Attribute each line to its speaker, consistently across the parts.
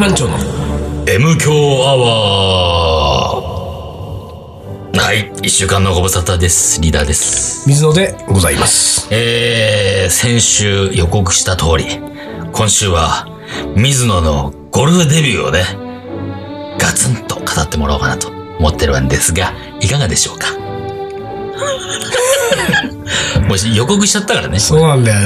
Speaker 1: 番長の
Speaker 2: M 強アワーはい、一週間のご無沙汰です。リーダーです。
Speaker 1: 水野でございます。
Speaker 2: えー、先週予告した通り、今週は、水野のゴルフデビューをね、ガツンと語ってもらおうかなと思ってるんですが、いかがでしょ うかもう予告しちゃったからね。
Speaker 1: そうなんだよ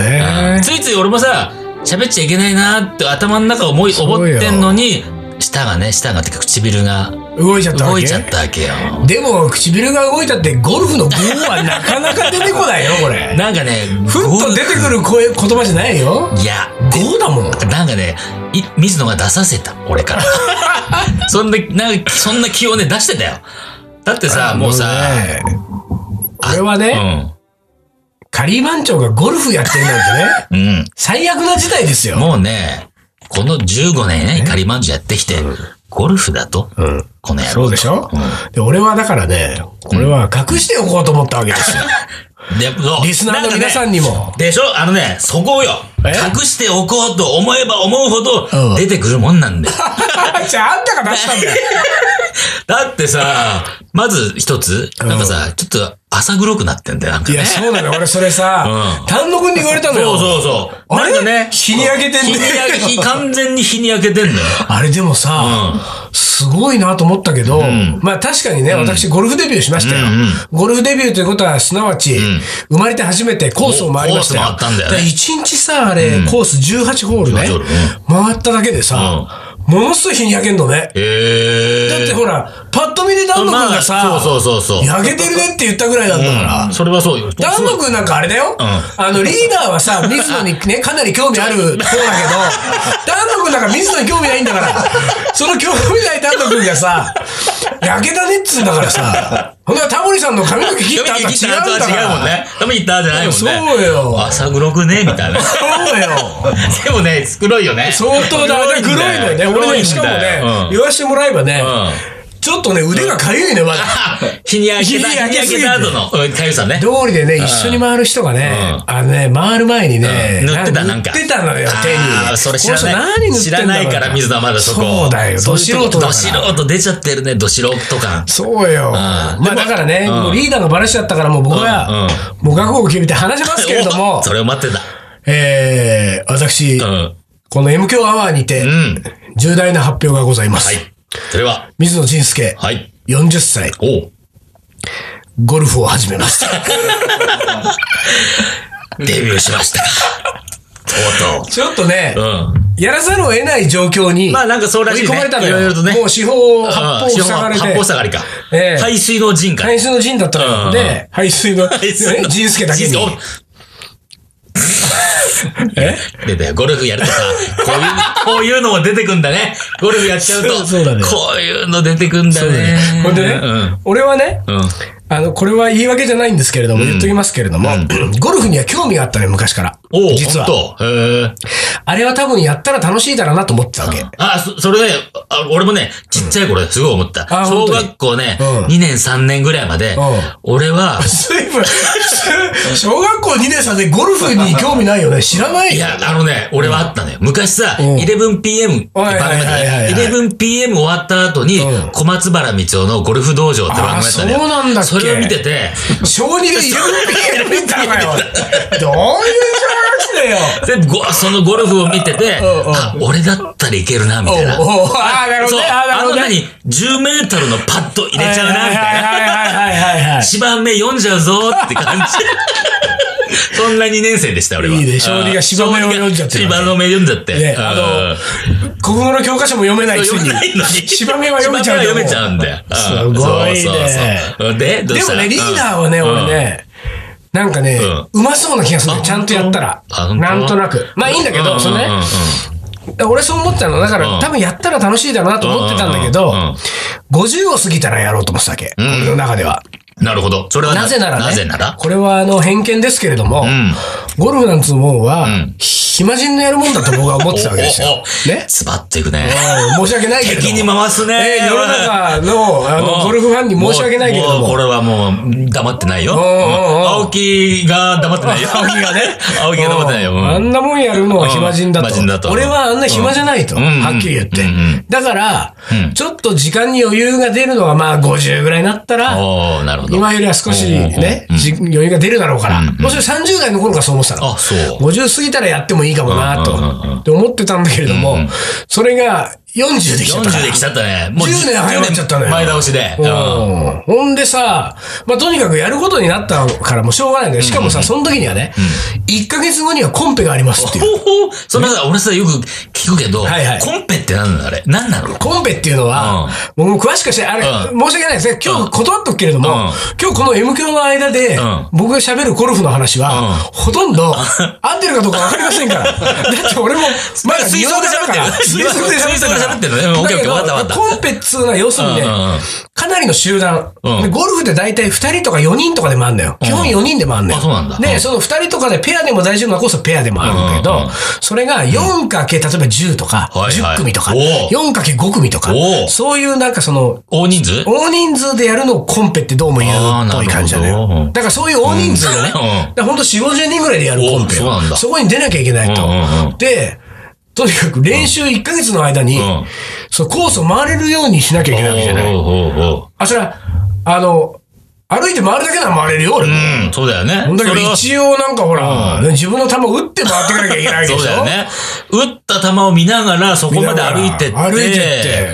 Speaker 1: ね
Speaker 2: つ。いつい俺もさ、喋っちゃいけないなーって頭の中思い、
Speaker 1: そうよ
Speaker 2: 思ってんのに、舌がね、舌がってか唇が
Speaker 1: 動いちゃったわけ
Speaker 2: 動いちゃったわけよ。
Speaker 1: でも、唇が動いたって、ゴルフのゴーはなかなか出てこないよ、これ。
Speaker 2: なんかね、
Speaker 1: ふっと出てくる声、言葉じゃないよ。
Speaker 2: いや、
Speaker 1: ゴーだもの。
Speaker 2: なんかね、い水野が出させた、俺から。 そんな、なんか、そんな気をね、出してたよ。だってさ、もうさ、
Speaker 1: ね、これは
Speaker 2: う
Speaker 1: ね、
Speaker 2: ん。
Speaker 1: カリー番長がゴルフやってるなんてね、
Speaker 2: うん。
Speaker 1: 最悪な事態ですよ。
Speaker 2: もうね、この15年ね、カリマンジュやってきて、ゴルフだと、
Speaker 1: うん。
Speaker 2: この野
Speaker 1: そう
Speaker 2: 郎
Speaker 1: でしょ、で、俺はだからね、これは隠しておこうと思ったわけですよ。
Speaker 2: でそう
Speaker 1: リスナーの皆さんにも。
Speaker 2: でしょあのね、そこをよ、
Speaker 1: え
Speaker 2: 隠しておこうと思えば思うほ
Speaker 1: うん
Speaker 2: ど出てくるもん なんだよ。
Speaker 1: じゃあ、あんたが出したんだよ。
Speaker 2: だってさ、まず一つ、なんかさ、ちょっと浅黒くなってんだよ、なんか
Speaker 1: い
Speaker 2: ね。
Speaker 1: や、そうなの。俺、それさ
Speaker 2: う、ん
Speaker 1: 丹野くんに言われたのよ。
Speaker 2: そうそうそう。
Speaker 1: あれ
Speaker 2: なんかね、
Speaker 1: 日に焼けてんね
Speaker 2: 日に焼け日完全に日に焼けてんのよ。
Speaker 1: あれでもさ、すごいなと思ったけど、まあ確かにね、私ゴルフデビューしましたよ。
Speaker 2: うんうん
Speaker 1: ゴルフデビューということは、すなわち、生まれて初めてコースを回りましたよ。
Speaker 2: コース回ったんだよね
Speaker 1: から一日さ、あれ、コース18ホールね、
Speaker 2: 18ホール
Speaker 1: 回っただけでさ、ものすごい日に焼けんのね。
Speaker 2: え
Speaker 1: だってほら、パッと見で丹野くんがさ、
Speaker 2: まあそうそうそうそう
Speaker 1: 焼けてるねって言ったぐらいなんだから。
Speaker 2: それはそうよ。
Speaker 1: 丹野くんなんかあれだよ、あの、リーダーはさ、水野にね、かなり興味ある方だけど、丹野くんなんか水野に興味ないんだから、その興味ない丹野くんがさ、焼けたねっつうんだからさ、ほんならタモリさんの髪の毛切った後
Speaker 2: 髪
Speaker 1: は
Speaker 2: 切
Speaker 1: 違
Speaker 2: った後
Speaker 1: うんだから。
Speaker 2: は違うもんね。髪切った後じゃないもんね。
Speaker 1: そうよ
Speaker 2: 浅黒くねみたいな。
Speaker 1: そうよ。
Speaker 2: でもね、黒いよね。
Speaker 1: 相当だ、あれ黒いのよね。俺ね、しかもね、
Speaker 2: うん
Speaker 1: 言わしてもらえばね、
Speaker 2: うん
Speaker 1: ちょっとね、腕がかゆいね、まだ。
Speaker 2: 日に焼けた、
Speaker 1: 日
Speaker 2: 日
Speaker 1: に焼
Speaker 2: に
Speaker 1: けす
Speaker 2: 焼
Speaker 1: ぎて
Speaker 2: けた後の、うんかゆさね。
Speaker 1: 通りでね、一緒に回る人がね、
Speaker 2: う
Speaker 1: あのね、回る前にね、
Speaker 2: うん塗ってたなんか
Speaker 1: 塗ってたのよ、手
Speaker 2: あー
Speaker 1: に。
Speaker 2: それ知ら
Speaker 1: この人
Speaker 2: ない。
Speaker 1: 何塗ってん
Speaker 2: 知
Speaker 1: だろ
Speaker 2: ら
Speaker 1: う
Speaker 2: ないから、水田まだそこ。
Speaker 1: そうだよ、ど素人だから。
Speaker 2: ど素人出ちゃってるね、ど素人感。
Speaker 1: そうよ。まあだからね、もうリーダーのバラしちゃったから、もう僕は、もう覚悟を決めて話しますけれども
Speaker 2: お、それを待ってた。
Speaker 1: えー、私、
Speaker 2: うん。
Speaker 1: この M 響アワーにて、
Speaker 2: うん。
Speaker 1: 重大な発表がございます。
Speaker 2: はい。それは、
Speaker 1: 水野仁介、
Speaker 2: はい。
Speaker 1: 40歳、
Speaker 2: おう
Speaker 1: ゴルフを始めま した。
Speaker 2: デビューしました。とう
Speaker 1: ちょっとね、
Speaker 2: とう。うん。
Speaker 1: やらざるを得ない状況に、
Speaker 2: まあなんかそうらしいね
Speaker 1: 追い込まれたの
Speaker 2: いろい
Speaker 1: よ
Speaker 2: ろとね
Speaker 1: もう四方
Speaker 2: うん
Speaker 1: 八方塞がれて。
Speaker 2: 八方下がりか。
Speaker 1: ええ
Speaker 2: 排水の陣か。
Speaker 1: 排水の陣だった
Speaker 2: うんう
Speaker 1: の
Speaker 2: ん
Speaker 1: で、排水の、
Speaker 2: 排水
Speaker 1: ね
Speaker 2: の
Speaker 1: 陣助だけ
Speaker 2: 陣
Speaker 1: に。 え
Speaker 2: 出たよ。ゴルフやるとさ、こういう、 こういうのも出てくんだね。ゴルフやっちゃう
Speaker 1: そ
Speaker 2: と、
Speaker 1: うそうだね
Speaker 2: こういうの出てくんだね。
Speaker 1: ほんで
Speaker 2: う
Speaker 1: ね
Speaker 2: ん、
Speaker 1: 俺はね、
Speaker 2: うん。
Speaker 1: あの、これは言い訳じゃないんですけれども、言っときますけれども、ゴルフには興味があったね、昔から。
Speaker 2: おう
Speaker 1: 実は。
Speaker 2: ほんと。へえ。
Speaker 1: あれは多分やったら楽しいだろうなと思ってたわけ。
Speaker 2: あ、そ、それね、あ俺もね、ちっちゃい頃すごい思った。
Speaker 1: あ本
Speaker 2: 小
Speaker 1: 当に
Speaker 2: 学校ね、
Speaker 1: うん
Speaker 2: 2年3年ぐらいまで
Speaker 1: ん、
Speaker 2: 俺は、
Speaker 1: 随分、小学校2年生でゴルフに興味ないよね。知らない
Speaker 2: い
Speaker 1: よ。
Speaker 2: や、あのね、俺はあったのよ。昔さ、
Speaker 1: ん
Speaker 2: 11pm って番組
Speaker 1: はいはいはいはい
Speaker 2: で、11pm 終わった後に
Speaker 1: うん、
Speaker 2: 小松原道夫のゴルフ道場って番組やったのよ。
Speaker 1: あそうなんだっけ
Speaker 2: それを見てて、
Speaker 1: 小2でいろいろ見た のよ。どういう小学生よ。
Speaker 2: でごそのゴルフを見てて、
Speaker 1: うんうん
Speaker 2: あ、俺だったらいけるな、み
Speaker 1: おう
Speaker 2: たいな。
Speaker 1: おうああ、なるほ
Speaker 2: そ
Speaker 1: ど
Speaker 2: う、
Speaker 1: ね。ああ、な
Speaker 2: あ
Speaker 1: るほど
Speaker 2: の
Speaker 1: ね。
Speaker 2: 何、10メートルのパッド入れちゃうな、みたい
Speaker 1: はいはい
Speaker 2: な。
Speaker 1: はいはいはいはい。
Speaker 2: 一番目読んじゃうぞーって感じ。そんな2年生でした、俺は。
Speaker 1: いいね小児が芝目を
Speaker 2: うん
Speaker 1: 読んじゃってる
Speaker 2: 芝の目読んじゃって。
Speaker 1: ね
Speaker 2: うん
Speaker 1: あ国語の教科書も読めないくせ
Speaker 2: 読めないのに。
Speaker 1: 芝目は読めちゃうんだもん
Speaker 2: 芝目は読めちゃうんだよ。うん
Speaker 1: すごいね
Speaker 2: そうそうそうで、どう
Speaker 1: で
Speaker 2: し
Speaker 1: も
Speaker 2: た
Speaker 1: ね、リーダーはね、
Speaker 2: うん
Speaker 1: 俺ね、なんかね、うまそうな気がするんだよ
Speaker 2: あ
Speaker 1: ちゃんとやったら
Speaker 2: 本当あ。本
Speaker 1: な
Speaker 2: 当
Speaker 1: んとなく。まあいいんだけ
Speaker 2: う
Speaker 1: ど、
Speaker 2: ん
Speaker 1: そのね
Speaker 2: うんうんうん、
Speaker 1: 俺そう思ってたの。だか
Speaker 2: う
Speaker 1: ら、
Speaker 2: ん
Speaker 1: 多分やったら楽しいだろうなと思ってたんだけど
Speaker 2: うんうんうん、
Speaker 1: 50を過ぎたらやろうと思ってたわけ。
Speaker 2: ん
Speaker 1: 俺の中では。
Speaker 2: なるほど。それは
Speaker 1: なぜならね、
Speaker 2: なぜなら
Speaker 1: これはあの、偏見ですけれども
Speaker 2: ん、
Speaker 1: ゴルフなんつうもんは
Speaker 2: ん、
Speaker 1: 日暇人のやるもんだと僕は思ってたわけですよ。ね。
Speaker 2: ズバッといくね。
Speaker 1: うん申し訳ないけれども。
Speaker 2: 敵に回すね
Speaker 1: えー世の中の、あ
Speaker 2: うん
Speaker 1: の、ゴルフファンに申し訳ないけれど
Speaker 2: ううこ
Speaker 1: も。
Speaker 2: れはもう、黙ってないよ。
Speaker 1: んうんうん
Speaker 2: 青木が黙っ てないよ。青木がね。青木が黙ってないよ。
Speaker 1: うんあんなもんやるのは暇人だ
Speaker 2: うん暇人だ
Speaker 1: と。
Speaker 2: と
Speaker 1: 俺はあんな暇じゃないと。
Speaker 2: うん
Speaker 1: はっきり言って
Speaker 2: うんうん。
Speaker 1: だから
Speaker 2: うん、
Speaker 1: ちょっと時間に余裕が出るのがまあ50ぐらいになったら、
Speaker 2: おーなるほど。
Speaker 1: 今よりは少しね
Speaker 2: うん、
Speaker 1: じ余裕が出るだろうから、
Speaker 2: うんうん
Speaker 1: もしろ30代の頃からそう思ってたの。
Speaker 2: あ、そう。
Speaker 1: 50過ぎたらやってもいいかもな
Speaker 2: うんうんうんうん
Speaker 1: と、って思ってたんだけれども、
Speaker 2: うんうん
Speaker 1: それが40できちゃったから。
Speaker 2: 40で来ちゃったね。
Speaker 1: 10年早まっちゃったのよ
Speaker 2: 前倒しで。うん
Speaker 1: うんほんでさ、まあ、とにかくやることになったからもうしょうがないんだよ。しかもさ、その時にはね、1ヶ月後にはコンペがありますっていう。
Speaker 2: ほうそれさ、俺さ、よく聞くけど、
Speaker 1: はいはい
Speaker 2: コンペって何なのあれ何なの
Speaker 1: コンペっていうのは、もう詳しくは知らない。あれ、
Speaker 2: う
Speaker 1: 申し訳ないですね。今
Speaker 2: うん
Speaker 1: 日断っとくけれども、
Speaker 2: うん
Speaker 1: 今日この M 響の間で、
Speaker 2: うん
Speaker 1: 僕が喋るゴルフの話は、
Speaker 2: うん
Speaker 1: ほとん ど合ってるかどうかわかりませんから。だって俺も、まだ
Speaker 2: 水槽で喋ってる
Speaker 1: 水槽で喋ってるから。
Speaker 2: 水槽で喋ってるのねうんオッケーオッケーわかったわかった
Speaker 1: だけどコンペっつうのは要するにね、
Speaker 2: うんうんうん
Speaker 1: かなりの集団、
Speaker 2: うん
Speaker 1: でゴルフで大体2人とか4人とかで回るんだよ。基本4人で回るんだよ。
Speaker 2: あそうなんだう
Speaker 1: で、
Speaker 2: ん
Speaker 1: その2人とかでペアでも大丈夫なコースはペアでもあるんだけど、
Speaker 2: うんうんうん
Speaker 1: それが 4× 例えば10とか、
Speaker 2: はいは
Speaker 1: 10
Speaker 2: い
Speaker 1: 組とか、
Speaker 2: おー
Speaker 1: 4×5 組とか
Speaker 2: お、う
Speaker 1: そういうなんかその、
Speaker 2: 大人数
Speaker 1: 大人数でやるのをコンペってどうも言う
Speaker 2: あー
Speaker 1: っぽい感じだ
Speaker 2: なるほどう
Speaker 1: ね
Speaker 2: ん。
Speaker 1: だからそういう大人数でね、
Speaker 2: うん
Speaker 1: だからほんと4、50人ぐらいでやるコンペ
Speaker 2: おそうなんだ
Speaker 1: そこに出なきゃいけないと。
Speaker 2: うんうんうん
Speaker 1: で、とにかく練習1ヶ月の間に、
Speaker 2: うん
Speaker 1: そのコースを回れるようにしなきゃいけないわけじゃない。
Speaker 2: おうおうおう
Speaker 1: あ、それは、あの、歩いて回るだけなら回れるよ、俺も。
Speaker 2: うん、そうだよね。
Speaker 1: だけ
Speaker 2: それ
Speaker 1: ど
Speaker 2: は
Speaker 1: 一応なんかほら、
Speaker 2: う
Speaker 1: 自分の球を打って回っていかなきゃいけないわけ
Speaker 2: そ
Speaker 1: でしょ
Speaker 2: うだよね。打った球を見ながら、そこまで歩いてって。
Speaker 1: 歩いてっ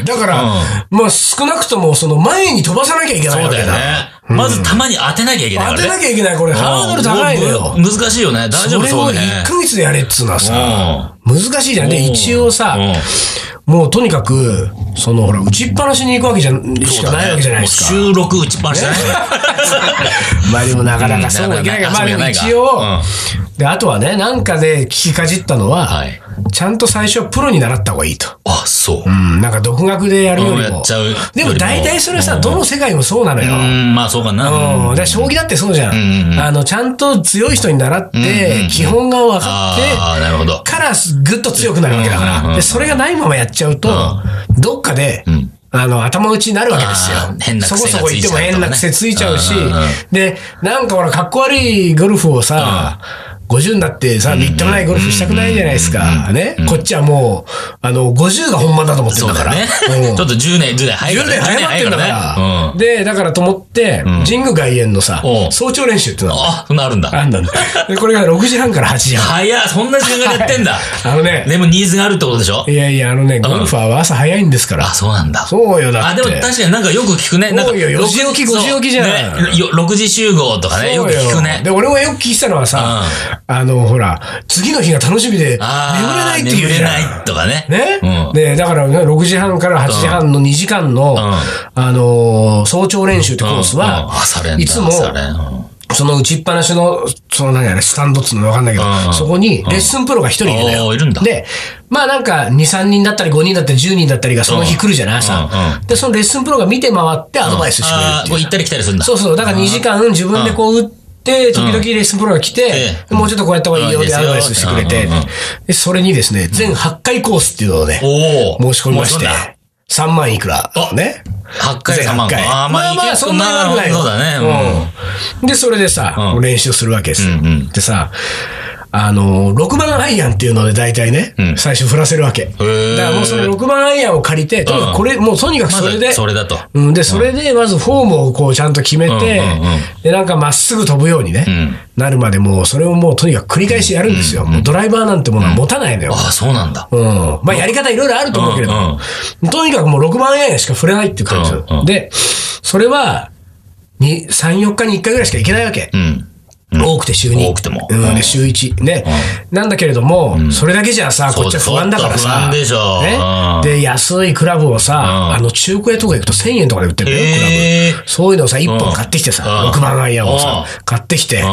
Speaker 1: て。だから、
Speaker 2: うん
Speaker 1: まあ少なくともその前に飛ばさなきゃいけない
Speaker 2: そう
Speaker 1: わけ
Speaker 2: だ
Speaker 1: だ。
Speaker 2: よね。まず球に当てなきゃいけないか
Speaker 1: 当
Speaker 2: らね。
Speaker 1: てなきゃいけない、これ。ハードル高いのよ
Speaker 2: うん。む難しいよね。大丈
Speaker 1: そ
Speaker 2: 夫
Speaker 1: れ
Speaker 2: そ
Speaker 1: を
Speaker 2: うね。
Speaker 1: 1ヶ月でやれっつうのはさ、難しいじゃん。で、
Speaker 2: うん
Speaker 1: 一応さ、
Speaker 2: うん
Speaker 1: もうとにかく、そのほら、打ちっぱなしに行くわけじゃん、しかないわけじゃないですか。
Speaker 2: もう収録打ちっぱなしだね。
Speaker 1: まあでもなかなかそうはいけないから、
Speaker 2: うん
Speaker 1: まあでも一
Speaker 2: う
Speaker 1: 応
Speaker 2: ん、
Speaker 1: で、あとはね、なんかで聞きかじったのは
Speaker 2: はい、
Speaker 1: ちゃんと最初はプロに習った方がいいと。
Speaker 2: あ、そう。
Speaker 1: うん、なんか独学でやるよ
Speaker 2: うん
Speaker 1: り
Speaker 2: や
Speaker 1: も
Speaker 2: っちゃうよりも。
Speaker 1: でも大体それはさ、どの世界もそうなのよ。
Speaker 2: うん、まあそうかな。
Speaker 1: うん、
Speaker 2: う
Speaker 1: だ
Speaker 2: ん
Speaker 1: から将棋だってそうじゃん。
Speaker 2: んうんうん
Speaker 1: あの、ちゃんと強い人に習って、基本が分か
Speaker 2: ああ、なるほど
Speaker 1: って、。からぐっと強くなるわけだから、
Speaker 2: うんうんうん
Speaker 1: で、それがないままやっちゃうと、どっかで、
Speaker 2: ん
Speaker 1: あの、頭打ちになるわけですよ
Speaker 2: あー。変な
Speaker 1: そ
Speaker 2: 癖
Speaker 1: こ
Speaker 2: がついち
Speaker 1: そ
Speaker 2: ゃうとかね
Speaker 1: こ行っても変な癖ついちゃうし、
Speaker 2: うんうんうん
Speaker 1: で、なんかほら、かっこ悪いゴルフをさ、50になってさ、みっともないゴルフしたくないじゃないですか。ね。こっちはもう、あの、50が本番だと思ってる
Speaker 2: そ
Speaker 1: んだ
Speaker 2: う
Speaker 1: から。
Speaker 2: だね。
Speaker 1: うん
Speaker 2: ちょっと10年、10年早い
Speaker 1: 10
Speaker 2: か
Speaker 1: 年
Speaker 2: らね。
Speaker 1: 早まってんだか
Speaker 2: 10年早いから
Speaker 1: ら。
Speaker 2: ね。
Speaker 1: で、だからと思って、神宮外苑のさ
Speaker 2: お、う
Speaker 1: 早朝練習っていうの
Speaker 2: うん
Speaker 1: が
Speaker 2: あ、そんなのあるん
Speaker 1: あ
Speaker 2: だ。
Speaker 1: んだんだ。で、これが6時半から8時半。
Speaker 2: 早い、そんな時間がやってんだ。
Speaker 1: あのね、
Speaker 2: でもニーズがあるってことでしょ
Speaker 1: いやいや、あのね、ゴルファーは朝早いんですから
Speaker 2: あ、。そうなんだ。
Speaker 1: そうよ、だ
Speaker 2: あ、
Speaker 1: っ
Speaker 2: で
Speaker 1: て。
Speaker 2: も確かになんかよく聞くね。なんか
Speaker 1: 多いよ
Speaker 2: 六
Speaker 1: 4時起き5時起きじゃん
Speaker 2: そうねよ6時集合とかね、よく聞く
Speaker 1: そうよ
Speaker 2: ね
Speaker 1: で、。俺もよく聞いてたのはさ、あの、ほら、次の日が楽しみで、眠れ
Speaker 2: あ
Speaker 1: な
Speaker 2: あ
Speaker 1: い
Speaker 2: ー、
Speaker 1: っていう
Speaker 2: 眠
Speaker 1: じ
Speaker 2: れ
Speaker 1: ゃん。
Speaker 2: ないとかね。
Speaker 1: ね、
Speaker 2: うん
Speaker 1: で、だからね、6時半から8時半の2時間の、あのー早朝練習ってコース
Speaker 2: う
Speaker 1: は
Speaker 2: んうん朝練、だ
Speaker 1: いつも、
Speaker 2: 朝練うん
Speaker 1: その打ちっぱなしの、その何やね、スタンドっつうのわかんないけど、
Speaker 2: うんうん
Speaker 1: そこにレッスンプロが一人いるのよ。
Speaker 2: おーいるんだ
Speaker 1: で、まあなんか2、3人だったり5人だったり10人だったりがその日来るじゃない、朝、
Speaker 2: うん
Speaker 1: で、そのレッスンプロが見て回ってアドバイスしてくれる
Speaker 2: あ
Speaker 1: っ
Speaker 2: ー
Speaker 1: て
Speaker 2: こ
Speaker 1: いう
Speaker 2: う行ったり来たりするんだ。
Speaker 1: そうそう。だから2時間自分でこう打って、時々レッスンプロが来て
Speaker 2: え、え
Speaker 1: もうちょっとこうやった方がいいよってアドバイスしてくれて
Speaker 2: うんうんうん、
Speaker 1: でそれにですね、全8回コースっていうのをね、
Speaker 2: お
Speaker 1: 申し込みまし。て
Speaker 2: もうそんな、
Speaker 1: 3万いくらね。
Speaker 2: 8回
Speaker 1: 全
Speaker 2: かま
Speaker 1: 8
Speaker 2: あ
Speaker 1: 回。
Speaker 2: まあまあ、いけ
Speaker 1: そんなに悪くないよ
Speaker 2: そうだね。
Speaker 1: うんで、それでさ、
Speaker 2: うん
Speaker 1: 練習するわけですよ
Speaker 2: うんうん。
Speaker 1: でさ、あの、6番アイアンっていうので大体ね
Speaker 2: ん、
Speaker 1: 最初振らせるわけ。だか
Speaker 2: ー
Speaker 1: らもうその6番アイアンを借りて、とにかくこれ、もうとにか
Speaker 2: うん。
Speaker 1: く
Speaker 2: ま
Speaker 1: それで
Speaker 2: ず、、それだと。
Speaker 1: うん、で、それで、まずフォームをこうちゃんと決めて、
Speaker 2: うんうんうん
Speaker 1: で、なんかまっすぐ飛ぶようにね、
Speaker 2: ん
Speaker 1: なるまでもう、それをもうとにかく繰り返しやるんですよ。もうドライバーなんてものは持たないのよ。
Speaker 2: ああ、そうなんだ。
Speaker 1: うん。まあ、やり方いろいろあると思うけれど、
Speaker 2: うん
Speaker 1: とにかくもう6万円しか振れないっていう感じなの、
Speaker 2: うんうん
Speaker 1: で、それは、に3、4日に1回ぐらいしか行けないわけ。
Speaker 2: うん。
Speaker 1: 多くて週2。
Speaker 2: 多くても
Speaker 1: うん、で、週1。ね。なんだけれども、それだけじゃさ、こっちは不安だから
Speaker 2: ちょっと
Speaker 1: さ。
Speaker 2: 不安でしょ
Speaker 1: ね
Speaker 2: うん
Speaker 1: で、安いクラブをさ、
Speaker 2: うん
Speaker 1: あの、中古屋とか行くと1000円とかで売ってるんだよ、クラブ。
Speaker 2: ええ。
Speaker 1: そういうのをさ、一本買ってきて
Speaker 2: う
Speaker 1: さ
Speaker 2: ん、
Speaker 1: 6番アイアンをさ
Speaker 2: う、
Speaker 1: 買ってきて
Speaker 2: う、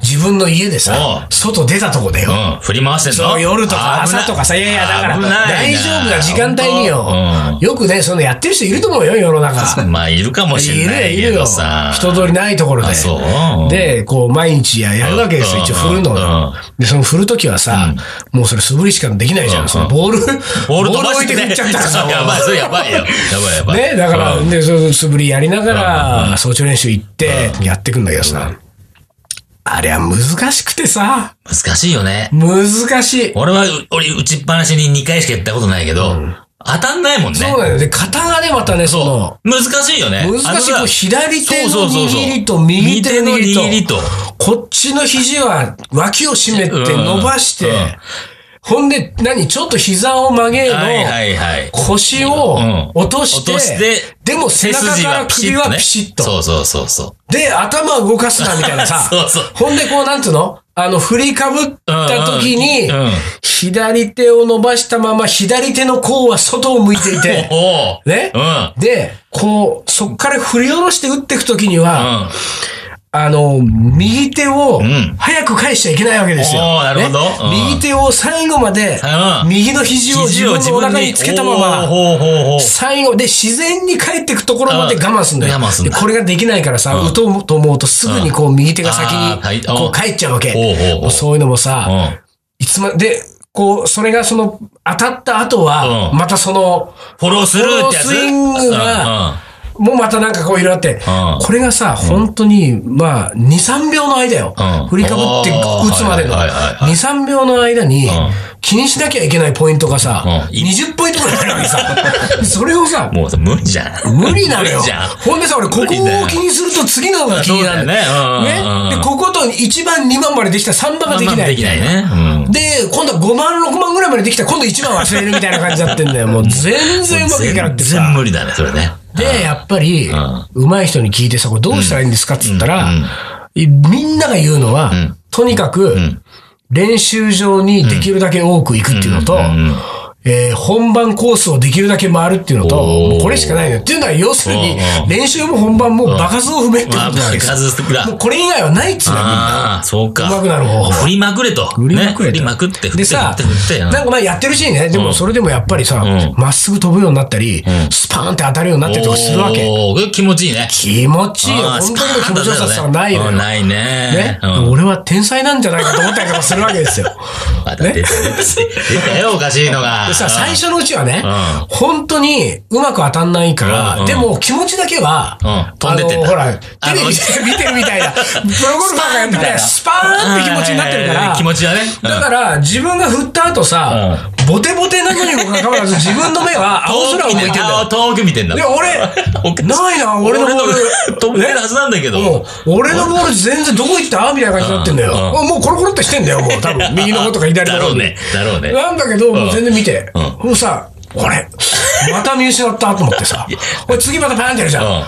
Speaker 1: 自分の家でさ
Speaker 2: う、ん
Speaker 1: 外出たとこでよ。
Speaker 2: うん。振り回してん
Speaker 1: そう
Speaker 2: の
Speaker 1: 夜とか朝とかさ、いやいや、だから、大丈夫な時間帯によ。よくね、そのやってる人いると思うよ、世の中。
Speaker 2: まあ、いるかもし
Speaker 1: い
Speaker 2: れな
Speaker 1: る
Speaker 2: い
Speaker 1: いる
Speaker 2: け
Speaker 1: よ
Speaker 2: どさ。。
Speaker 1: 人通りないところで
Speaker 2: あそう。
Speaker 1: で、こう、毎毎日ややるわけです
Speaker 2: うん
Speaker 1: よ、一応振るの
Speaker 2: うん。
Speaker 1: で、その振るときはさ、もうそれ素振りしかできないじゃ
Speaker 2: うん
Speaker 1: ん。そのボール、ボール置いて振っちゃったらさ、
Speaker 2: やばい、それやばいよ。やばいやばい。
Speaker 1: ね、だから、
Speaker 2: うん
Speaker 1: で、その素振りやりながら、早朝練習行って、やってくんだけどさ、あれは難しくてさ、
Speaker 2: 難しいよね。
Speaker 1: 難しい。
Speaker 2: 俺は、俺、打ちっぱなしに2回しかやったことないけど、当たんないもんね。
Speaker 1: そうだよね。で、型がね、またね、その、
Speaker 2: 難しいよね。
Speaker 1: 難しい。
Speaker 2: あ
Speaker 1: こ
Speaker 2: の
Speaker 1: う
Speaker 2: さ
Speaker 1: 左手
Speaker 2: そ
Speaker 1: の
Speaker 2: うそうそうそう
Speaker 1: 握りと右手の握りと、
Speaker 2: 右手の握
Speaker 1: こっちの肘は脇を締めて
Speaker 2: うん
Speaker 1: 伸ばして、
Speaker 2: うん
Speaker 1: ほんで、何ちょっと膝を曲げの、
Speaker 2: はいはいはい。
Speaker 1: 腰を落として、
Speaker 2: うん落として
Speaker 1: でも背中から首はピシッと。
Speaker 2: そうそうそうそう。。
Speaker 1: で、頭動かすな、みたいなさ
Speaker 2: そうそう
Speaker 1: ほんで、こう、なんつうのあの、振りかぶった時に
Speaker 2: うんうんうん、、
Speaker 1: 左手を伸ばしたまま、左手の甲は外を向いていて
Speaker 2: おお
Speaker 1: ね
Speaker 2: うん。
Speaker 1: で、こう、そっから振り下ろして打っていく時に
Speaker 2: う
Speaker 1: は、
Speaker 2: ん。
Speaker 1: あの、右手を
Speaker 2: ん
Speaker 1: 早く返しちゃいけないわけですよ。
Speaker 2: おーなるほど
Speaker 1: ね
Speaker 2: うん
Speaker 1: 右手を最後まで
Speaker 2: う、ん
Speaker 1: 右の肘を自分のお腹につけたまま、
Speaker 2: ほうほうほう。
Speaker 1: 最後で自然に帰っていくところまで我慢すんだよ。
Speaker 2: うん我慢すんだ
Speaker 1: でこれができないからさ、打とうと思うとすぐにこう右手が先
Speaker 2: あーはい
Speaker 1: にこう帰っちゃうわけ。
Speaker 2: ほうほうほう
Speaker 1: もうそういうのもさ、
Speaker 2: うん。
Speaker 1: いつまで、こう、それがその当たった後は、
Speaker 2: うん
Speaker 1: またその、
Speaker 2: フォロースルーってやつ
Speaker 1: フォロースイングが
Speaker 2: うん
Speaker 1: もうまたなんかこういろいろあって、
Speaker 2: うん
Speaker 1: これがさ、本当に、まあ、2、3秒の間よ。
Speaker 2: うん
Speaker 1: 振りかぶって打つまでの。
Speaker 2: あーはいはいはい
Speaker 1: 2、3秒の間に
Speaker 2: ん、
Speaker 1: 気にしなきゃいけないポイントがさ、
Speaker 2: うん
Speaker 1: 20ポイントぐらいあるわけ さ。それをさ、
Speaker 2: うん。もうさ、無理じゃん。
Speaker 1: 無理なのよ
Speaker 2: 無理じゃん。。
Speaker 1: ほんでさ、俺、ここを
Speaker 2: 無理だよ
Speaker 1: 気にすると次のが気になる。
Speaker 2: そうだよねうんうんうん
Speaker 1: ね。で、ここと1番、2番までできたら3番ができ
Speaker 2: まあま
Speaker 1: な
Speaker 2: あ
Speaker 1: い。
Speaker 2: できないね。うん。
Speaker 1: で、今度は5万、6万ぐらいまでできたら、今度1番忘れるみたいな感じになってんだよ。もう全然うまくいかなくて
Speaker 2: 全然
Speaker 1: さ。
Speaker 2: 無理だね、それね。
Speaker 1: で、やっぱり
Speaker 2: ん、
Speaker 1: 上手い人に聞いてさ、これどうしたらいいんですかって言ったら
Speaker 2: うんうん、
Speaker 1: いみんなが言うのは
Speaker 2: ん、
Speaker 1: とにかく、練習場にできるだけ多く行くっていうのと
Speaker 2: うんうんうん、
Speaker 1: えー本番コースをできるだけ回るっていうのと、
Speaker 2: おー
Speaker 1: もうこれしかないのよ。っていうのは、要するに
Speaker 2: うんう、ん
Speaker 1: 練習も本番も場数を踏めってこと
Speaker 2: ま
Speaker 1: な
Speaker 2: あ、
Speaker 1: んですよ。
Speaker 2: 数だ。
Speaker 1: もうこれ以外はないっつうのよみんな
Speaker 2: ああ、そうか。
Speaker 1: 上手くなる方法
Speaker 2: 振りまくれと。
Speaker 1: 振りまくれと
Speaker 2: ね振りまくっ
Speaker 1: で
Speaker 2: て、振って、振
Speaker 1: さ
Speaker 2: って、振って。う、ん
Speaker 1: なんかまあやってるしね、でもそれでもやっぱりさ
Speaker 2: ん、
Speaker 1: まっすぐ飛ぶようになったり、スパーンって当たるようになったりとかするわけ。
Speaker 2: おー気持ちいいね。
Speaker 1: 気持ちいいよ。
Speaker 2: あー
Speaker 1: 本当にもう気持ちよささがないの
Speaker 2: う
Speaker 1: よ。
Speaker 2: ん
Speaker 1: ね。
Speaker 2: ないね。うん
Speaker 1: 俺は天才なんじゃないかと思ったりとかするわけです よ。
Speaker 2: また出た出た出たよ、おかしいのが。
Speaker 1: でさ、最初のうちはね
Speaker 2: うん、
Speaker 1: 本当にうまく当たんないか
Speaker 2: うんう
Speaker 1: ら、
Speaker 2: ん
Speaker 1: でも気持ちだけは
Speaker 2: うん、飛んでってんだ
Speaker 1: あのほら、テ
Speaker 2: あの
Speaker 1: レビで 見てるみたいな、プロゴルファーがやって
Speaker 2: みたい
Speaker 1: て、
Speaker 2: な
Speaker 1: スパーンって気持ちになってるか
Speaker 2: うん
Speaker 1: ら、
Speaker 2: 気持ちはね。うん
Speaker 1: だから、自分が振った後さ、ボテボテなのにもかかわらず、自分の目は青空を向いてん だよ。
Speaker 2: 遠く見てんだ。
Speaker 1: で、 俺、ないな、俺
Speaker 2: 俺
Speaker 1: の
Speaker 2: の
Speaker 1: ボール。
Speaker 2: 飛んでるはずなんだけど。
Speaker 1: もう、俺のボール全然どこ行ったみたいな感じになってんだよ。
Speaker 2: う
Speaker 1: もうコロコロってしてんだよ、もう。多分、右の方とか左の
Speaker 2: だ
Speaker 1: 方
Speaker 2: ろうね。だろうね。
Speaker 1: なんだけど、もう全然見て。
Speaker 2: うん
Speaker 1: もうさ、これ、また見失ったと思ってさ。これ次またパーンってやるじゃん。
Speaker 2: うん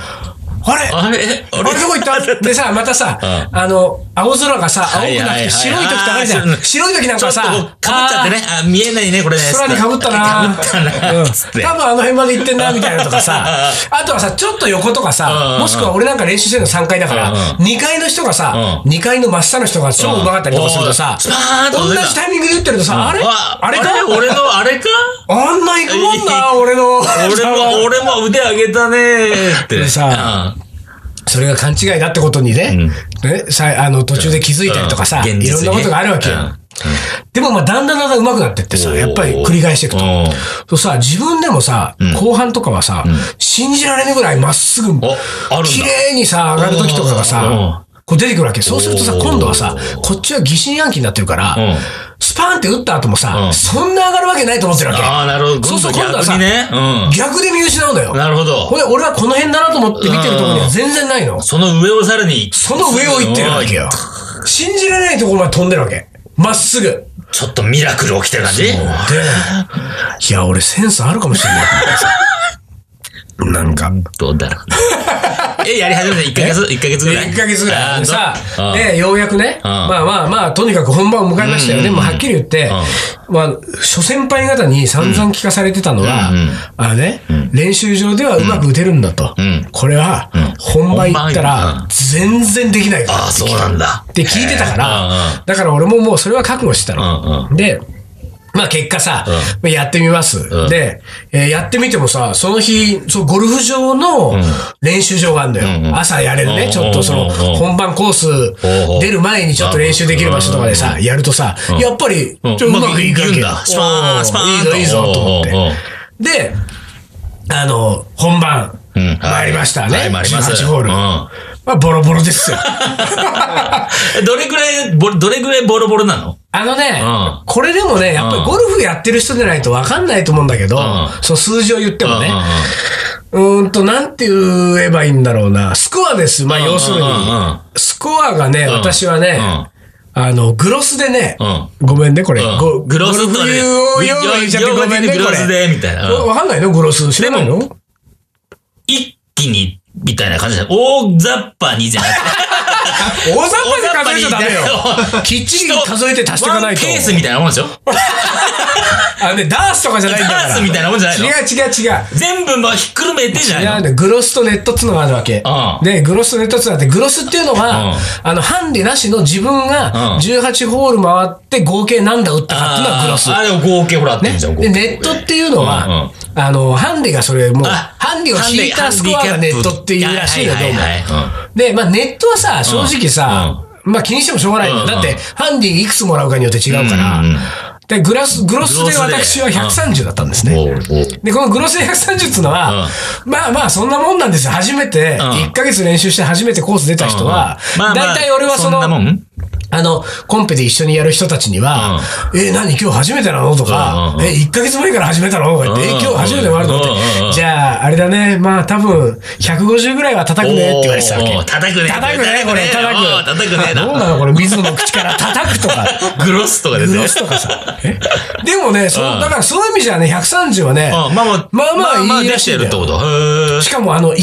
Speaker 1: あれ
Speaker 2: あれ
Speaker 1: あれどこ行 ったでさ、またさ、
Speaker 2: うん
Speaker 1: あの、青空がさ、青
Speaker 2: はい
Speaker 1: くな
Speaker 2: は
Speaker 1: っ
Speaker 2: いはい
Speaker 1: て白い時ってあるじゃ
Speaker 2: あー
Speaker 1: ん。白い時なん
Speaker 2: ちょ
Speaker 1: か
Speaker 2: っと
Speaker 1: さ、
Speaker 2: こうかぶっちゃってね。あ、見えないね、これね。
Speaker 1: 空にかぶったな
Speaker 2: かぶったな
Speaker 1: うん
Speaker 2: つって。
Speaker 1: 多分あの辺まで行ってんな、みたいなとかさ。あとはさ、ちょっと横とか
Speaker 2: うんう
Speaker 1: さ
Speaker 2: ん、
Speaker 1: もしくは俺なんか練習してるの3階だから
Speaker 2: うん、
Speaker 1: 2階の人がさ、
Speaker 2: う
Speaker 1: 2階の真下の人が超うまかったりとかするとさ、
Speaker 2: うんおースパーンと
Speaker 1: 同
Speaker 2: 出
Speaker 1: じ
Speaker 2: た
Speaker 1: タイミングで打ってるとさ、あれ
Speaker 2: わ
Speaker 1: あれか
Speaker 2: 俺のあ れか
Speaker 1: あんな行くもんな、 俺の。
Speaker 2: 俺も、俺も腕上げたねーって。
Speaker 1: でさそれが勘違いだってことにね、ねさあの途中で気づいたりとかさ、
Speaker 2: うん現
Speaker 1: いろん
Speaker 2: 実に
Speaker 1: な
Speaker 2: ね
Speaker 1: ことがあるわけよ。
Speaker 2: うんう
Speaker 1: でもまあ、だんだんだんだん上手くなってってさ、
Speaker 2: おー
Speaker 1: やっぱり繰り返していくと
Speaker 2: おー。
Speaker 1: そうさ、自分でもさ、後半とかはさ、信じられないぐらいまっすぐ、
Speaker 2: あるんだ
Speaker 1: 綺麗にさ、上がる時とかがさ、こう出てくるわけ。そうするとさ、
Speaker 2: おー
Speaker 1: 今度はさ、こっちは疑心暗鬼になってるから
Speaker 2: うん、
Speaker 1: スパーンって打った後も
Speaker 2: う
Speaker 1: さ、
Speaker 2: ん
Speaker 1: そんな上がるわけないと思ってるわけ。
Speaker 2: ああ、なるほど。
Speaker 1: そうそう、今度は
Speaker 2: 逆
Speaker 1: さ
Speaker 2: にね。う
Speaker 1: 逆で見失うんだよ
Speaker 2: ん。。なるほど
Speaker 1: こ。れ俺はこの辺だなと思って見てるところには全然ないの。
Speaker 2: その上をさらに。
Speaker 1: その上を行ってるわけよ。信じられないところまで飛んでるわけ。まっすぐ。で、
Speaker 2: ちょっとミラクル起きてる感じ
Speaker 1: いや、俺センスあるかもしれ ない。なんか。
Speaker 2: どうだろう。 え、やり始めた1ヶ月 ?1 ヶ月ぐらい
Speaker 1: 1ヶ月ぐらい。
Speaker 2: あー
Speaker 1: でさ
Speaker 2: うん、
Speaker 1: で、ようやくね、
Speaker 2: うん
Speaker 1: まあまあまあ、とにかく本番を迎えましたよ。
Speaker 2: うん
Speaker 1: でも、はっきり言って、まあ、諸先輩方に散々聞かされてたのは
Speaker 2: うんうん、
Speaker 1: あのね、練習場ではうまく打てるんだと
Speaker 2: ん。
Speaker 1: これは、本番行ったら、全然できないから。
Speaker 2: ああ、そうなんだ
Speaker 1: っ。て聞いてたか
Speaker 2: うんうん
Speaker 1: ら、だから俺ももうそれは覚悟してたの。で、まあ結果さ、
Speaker 2: うん
Speaker 1: まあやってみます。
Speaker 2: うん
Speaker 1: で、えーやってみてもさ、その日、そうゴルフ場の練習場があるんだよ。
Speaker 2: うんうん
Speaker 1: 朝やれる
Speaker 2: うん
Speaker 1: ね。ちょっとそ
Speaker 2: うん
Speaker 1: の、本番コース
Speaker 2: うん
Speaker 1: 出る前にちょっと練習できる場所とかでさ、やるとさ、やっぱり、
Speaker 2: うん
Speaker 1: ちょうまくいくわ
Speaker 2: うまくいく
Speaker 1: け
Speaker 2: んだスパーン
Speaker 1: お
Speaker 2: スパーン
Speaker 1: いいぞ、いいぞ、と思っ
Speaker 2: おうおうおう
Speaker 1: て。で、あの、本番、
Speaker 2: うん
Speaker 1: 参りましたね。
Speaker 2: はい参ります
Speaker 1: 18ホール。
Speaker 2: うん
Speaker 1: まあ、ボロボロです よ。
Speaker 2: どれぐらい、ぼどれぐらいボロボロなの
Speaker 1: あのね、
Speaker 2: うん
Speaker 1: これでもね、やっぱりゴルフやってる人じゃないと分かんないと思うんだけど、
Speaker 2: ん
Speaker 1: その数字を言ってもね、
Speaker 2: う
Speaker 1: うーんと、なんて言えばいいんだろうな、スコアです。まあ、
Speaker 2: んうんうん
Speaker 1: 要するに、
Speaker 2: う
Speaker 1: スコアがね、私はね、あの、グロスでね、
Speaker 2: んうん。
Speaker 1: ごめんね、これ。
Speaker 2: うん
Speaker 1: ご
Speaker 2: グロス
Speaker 1: ゴ
Speaker 2: と
Speaker 1: ル
Speaker 2: ね
Speaker 1: フ用語言っちゃってごめんね、
Speaker 2: グ
Speaker 1: こ
Speaker 2: ロス
Speaker 1: れ。
Speaker 2: で、みたいな。うん
Speaker 1: わかんないのグロス。知らないの
Speaker 2: 一気に、みたいな感じだよ。大雑把にじゃなくて。
Speaker 1: 大雑把で数えちゃダメよ
Speaker 2: 大雑把。
Speaker 1: きっちり数えて足していかないと。
Speaker 2: ワンケースみたいなもんでしょ
Speaker 1: あのね、ダースとかじゃないんだから。
Speaker 2: ダースみたいなもんじゃないの
Speaker 1: 違う違う違う。
Speaker 2: 全部まあひっくるめてじゃ
Speaker 1: い
Speaker 2: な
Speaker 1: や
Speaker 2: いの
Speaker 1: ね、グロスとネットっつうのがあるわけ。
Speaker 2: うん
Speaker 1: で、グロスとネットっつうのがあって、グロスっていうのは、
Speaker 2: うん
Speaker 1: あの、ハンデなしの自分
Speaker 2: うん
Speaker 1: が18ホール回って合計何打打ったかっていうのはグロス。
Speaker 2: あれを合計ほら合ってんじゃん。合計
Speaker 1: で、ネットっていうのは、あの、ハンデがそれ、もう、
Speaker 2: あ
Speaker 1: ハンデを引いたスコアがネットっていうらしいよ、どうも。
Speaker 2: も。
Speaker 1: で、まあ、ネットはさ、正直さ、まあ、気にしてもしょうがないんだ
Speaker 2: うん
Speaker 1: よ。だって、ハンディいくつもらうかによって違うから
Speaker 2: うんうんうん。
Speaker 1: で、グラス、グロス
Speaker 2: グロ
Speaker 1: で
Speaker 2: ス
Speaker 1: 私
Speaker 2: で
Speaker 1: は130だったんですね。
Speaker 2: おうおう
Speaker 1: で、このグロス130っていうのは、まあまあ、そんなもんなんですよ。初めて、
Speaker 2: うん
Speaker 1: 1ヶ月練習して初めてコース出た人は、
Speaker 2: まあまあ
Speaker 1: 大体俺はその、
Speaker 2: んなもん
Speaker 1: あの、コンペで一緒にやる人たちには、え、何今日初めてなのとか、
Speaker 2: うんうん
Speaker 1: え、
Speaker 2: うん
Speaker 1: 1ヶ月前から始めたのとか言って、え、
Speaker 2: うんうん
Speaker 1: 今日初めて終わるのって、
Speaker 2: うんうん
Speaker 1: じゃあ、あれだね、まあ多分、150ぐらいは叩くねって言われてたわけ。
Speaker 2: おー叩くね
Speaker 1: 叩くね、これ、叩
Speaker 2: おー
Speaker 1: く。
Speaker 2: 叩くねだ
Speaker 1: どうなのこれ、水野の口から叩くとか。
Speaker 2: グロスとかで
Speaker 1: グ
Speaker 2: すね。
Speaker 1: ロスとかさ。えでもね、そう
Speaker 2: うん
Speaker 1: だからそういう意味じゃね、130はね、
Speaker 2: うんまあまあ、
Speaker 1: まあまあいい
Speaker 2: 出
Speaker 1: ら
Speaker 2: し
Speaker 1: しい
Speaker 2: て
Speaker 1: ん
Speaker 2: る
Speaker 1: だ
Speaker 2: っ
Speaker 1: よ
Speaker 2: てこと。へー
Speaker 1: しかもあの、い